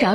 扰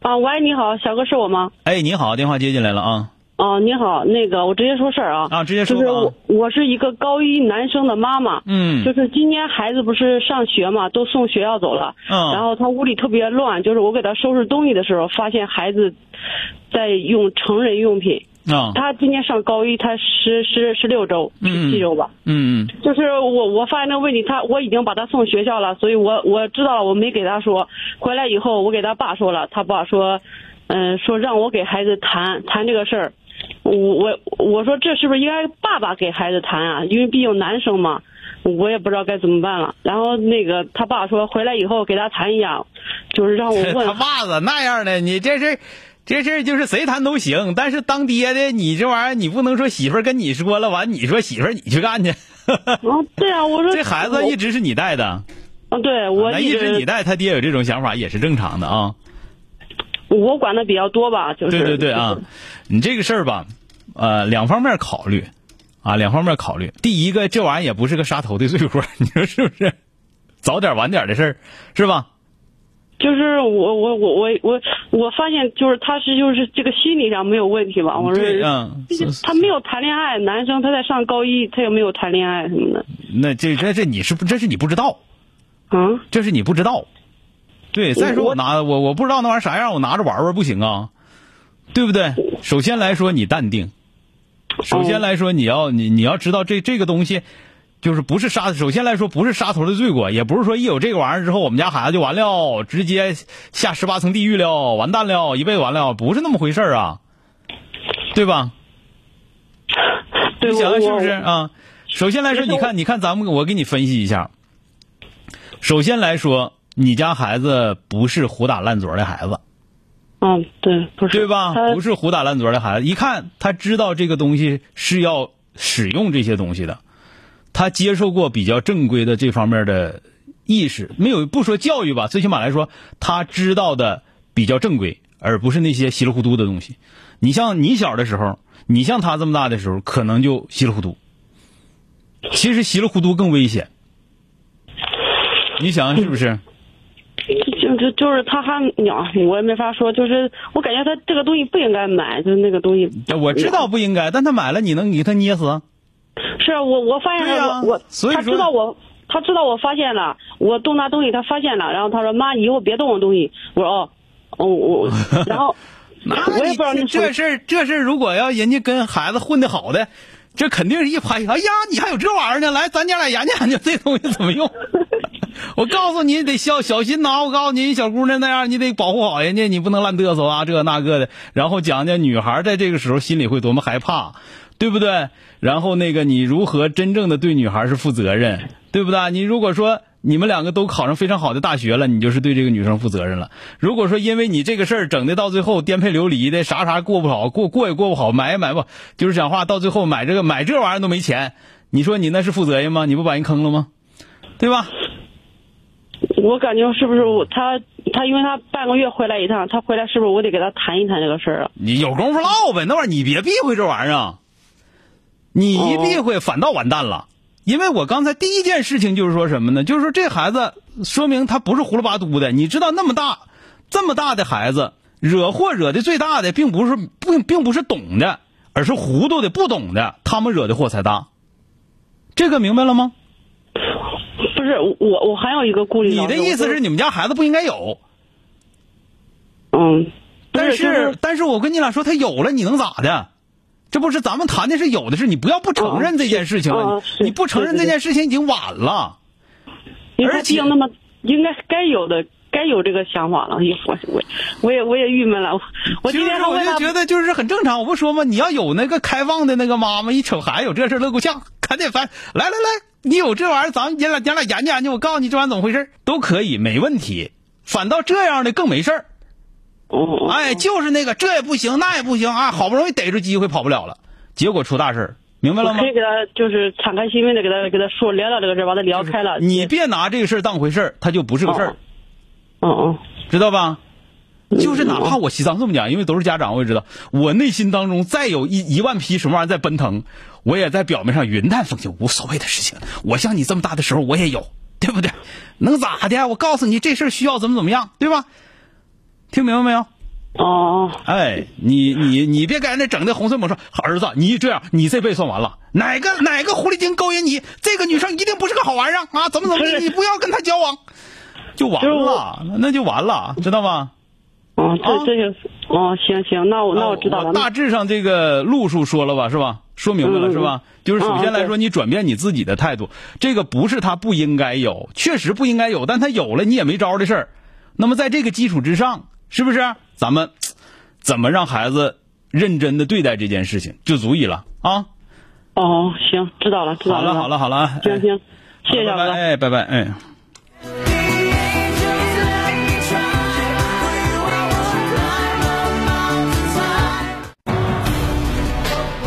啊，喂，你好，小哥是我吗？哎，你好，电话接进来了啊啊，你好，那个我直接说事儿啊，啊，直接就说是吧我啊，我是一个高一男生的妈妈，嗯就是今年孩子不是上学嘛，都送学校走了，然嗯，后他屋里特别乱，就是我给他收拾东西的时候，发现孩子在用成人用品。啊，他今年上高一，他十十十六周，嗯嗯十七周吧。嗯就是我我发现那个问题，他我已经把他送学校了，所以我我知道了，我没给他说。回来以后，我给他爸说了，他爸说，嗯、说让我给孩子谈谈这个事儿。我我我说这是不是应该爸爸给孩子谈啊？因为毕竟男生嘛，我也不知道该怎么办了。然后那个他爸说回来以后给他谈一下，就是让我嗯， 他问爸子那样的，你这事儿这事儿就是谁谈都行，但是当爹的你这玩意儿，你不能说媳妇儿跟你说了，完你说媳妇儿你去干去，啊，对啊，我说这孩子一直是你带的，我啊，对我那一直你带，他爹有这种想法也是正常的啊。我管的比较多吧， 就是对对对啊就是，你这个事儿吧，呃，两方面考虑，啊，两方面考虑。第一个，这玩意儿也不是个杀头的罪过，你说是不是？早点晚点的事儿，是吧？就是我我我我我我发现就是他是就是这个心理上没有问题吧，我说对，嗯，就是他没有谈恋爱，男生他在上高一，他也没有谈恋爱什么的，那这这这你是不这是你不知道，嗯，这是你不知道。对，再说我拿我我不知道那玩意儿啥样，我拿着玩玩不行啊，对不对？首先来说，你淡定。首先来说，你要你你要知道这这个东西，就是不是杀。首先来说，不是杀头的罪过，也不是说一有这个玩意儿之后，我们家孩子就完了，直接下十八层地狱了，完蛋了，一辈子完了，不是那么回事儿啊，对吧？对，你想我想是不是？啊？首先来说，其实你我看，你看，咱们我给你分析一下。首先来说，你家孩子不是胡打烂嘴儿的孩子，我嗯，对， 不是对吧？他不是胡打烂嘴儿的孩子，一看他知道这个东西是要使用这些东西的，他接受过比较正规的这方面的意识，没有不说教育吧，最起码来说，他知道的比较正规，而不是那些稀里糊涂的东西。你像你小的时候，你像他这么大的时候，可能就稀里糊涂。其实稀里糊涂更危险，你想是不是？就是就是他还鸟，我也没法说，就是我感觉他这个东西不应该买，就是那个东西，我知道不应该，但他买了，你能给他捏死啊？是我我发现对了，呀我我所以他说知道我。他知道我发现了，我动他东西，他发现了，然后他说：“妈，以后别动我东西。”我说：“哦，哦， 我，然后那我也你不知道这那这事儿，这事儿如果要人家跟孩子混的好的，这肯定是一拍，哎呀，你还有这玩意儿呢，来，咱娘俩研究研究这东西怎么用。 我告诉你，得小小心呐！我告诉你，小姑娘那样，你得保护好人家，你不能烂嘚瑟啊，这那个的。然后讲讲女孩在这个时候心里会多么害怕，对不对？然后那个你如何真正的对女孩是负责任，对不对？你如果说你们两个都考上非常好的大学了，你就是对这个女生负责任了。如果说因为你这个事儿整的到最后颠沛流离的，啥啥过不好，过过也过不好，买也买不，就是讲话到最后买这个买这玩意儿都没钱，你说你那是负责任吗？你不把人坑了吗？对吧？我感觉是不是我他他，因为他半个月回来一趟，他回来是不是我得给他谈一谈这个事儿啊？你有功夫唠呗，那玩意儿你别避讳这玩意儿啊，你一避讳反倒完蛋了。因为我刚才第一件事情就是说什么呢？就是说这孩子说明他不是胡了八嘟的。你知道那么大，这么大的孩子惹祸惹的最大的，并不是并并不是懂的，而是糊涂的、不懂的，他们惹的祸才大。这个明白了吗？不是我我还有一个顾虑呢。你的意思我是你们家孩子不应该有，嗯，不但就是但是我跟你俩说，他有了，你能咋的？这不是咱们谈的是有的是，你不要不承认这件事情了，嗯你是你不承认这件事情已经晚了。因为而他且毕竟那么应该该有的该有这个想法了。 我我我也我也郁闷了。我我其今实天还我问就他觉得就是很正常，我不说吗？你要有那个开放的那个妈妈，一瞅孩子有这事儿乐够呛，赶紧翻来来来，你有这玩意儿，咱们爷俩咱俩研究研究，我告诉你这玩意儿怎么回事儿，都可以，没问题。反倒这样的更没事儿，嗯，哎，就是那个这也不行，那也不行啊，好不容易逮住机会跑不了了，结果出大事儿，明白我了吗可？以给他就是敞开心扉的给他给他说聊聊这个事儿，把他聊开了。你别拿这个事儿当回事儿，它就不是个事儿啊哦，嗯嗯知道吧？就是哪怕我西藏这么讲，因为都是家长，我也知道，我内心当中再有一一万匹什么玩意儿在奔腾，我也在表面上云淡风轻，无所谓的事情。我像你这么大的时候，我也有，对不对？能咋的？我告诉你，这事儿需要怎么怎么样，对吧？听明白没有？哦哦，哎，你你你别赶那整的洪水猛兽，儿子，你这样你这辈子算完了。哪个哪个狐狸精勾引你，这个女生一定不是个好玩意儿啊！怎么怎么地，你不要跟她交往，就完就是了，那就完了，知道吗？哦，啊这这就哦行行，那我那我知道了。大致上这个路数说了吧，是吧？说明白了、嗯是吧？就是首先嗯嗯来说，你转变你自己的态度，这个不是他不应该有，确实不应该有，但他有了你也没招儿的事儿。那么在这个基础之上，是不是咱们嘖怎么让孩子认真的对待这件事情就足以了啊？哦，行，知道了，知道好了好了好了，哎行行，谢谢好小了哥。拜拜哎拜拜哎。 The angels let me try. Will I climb a mountain high?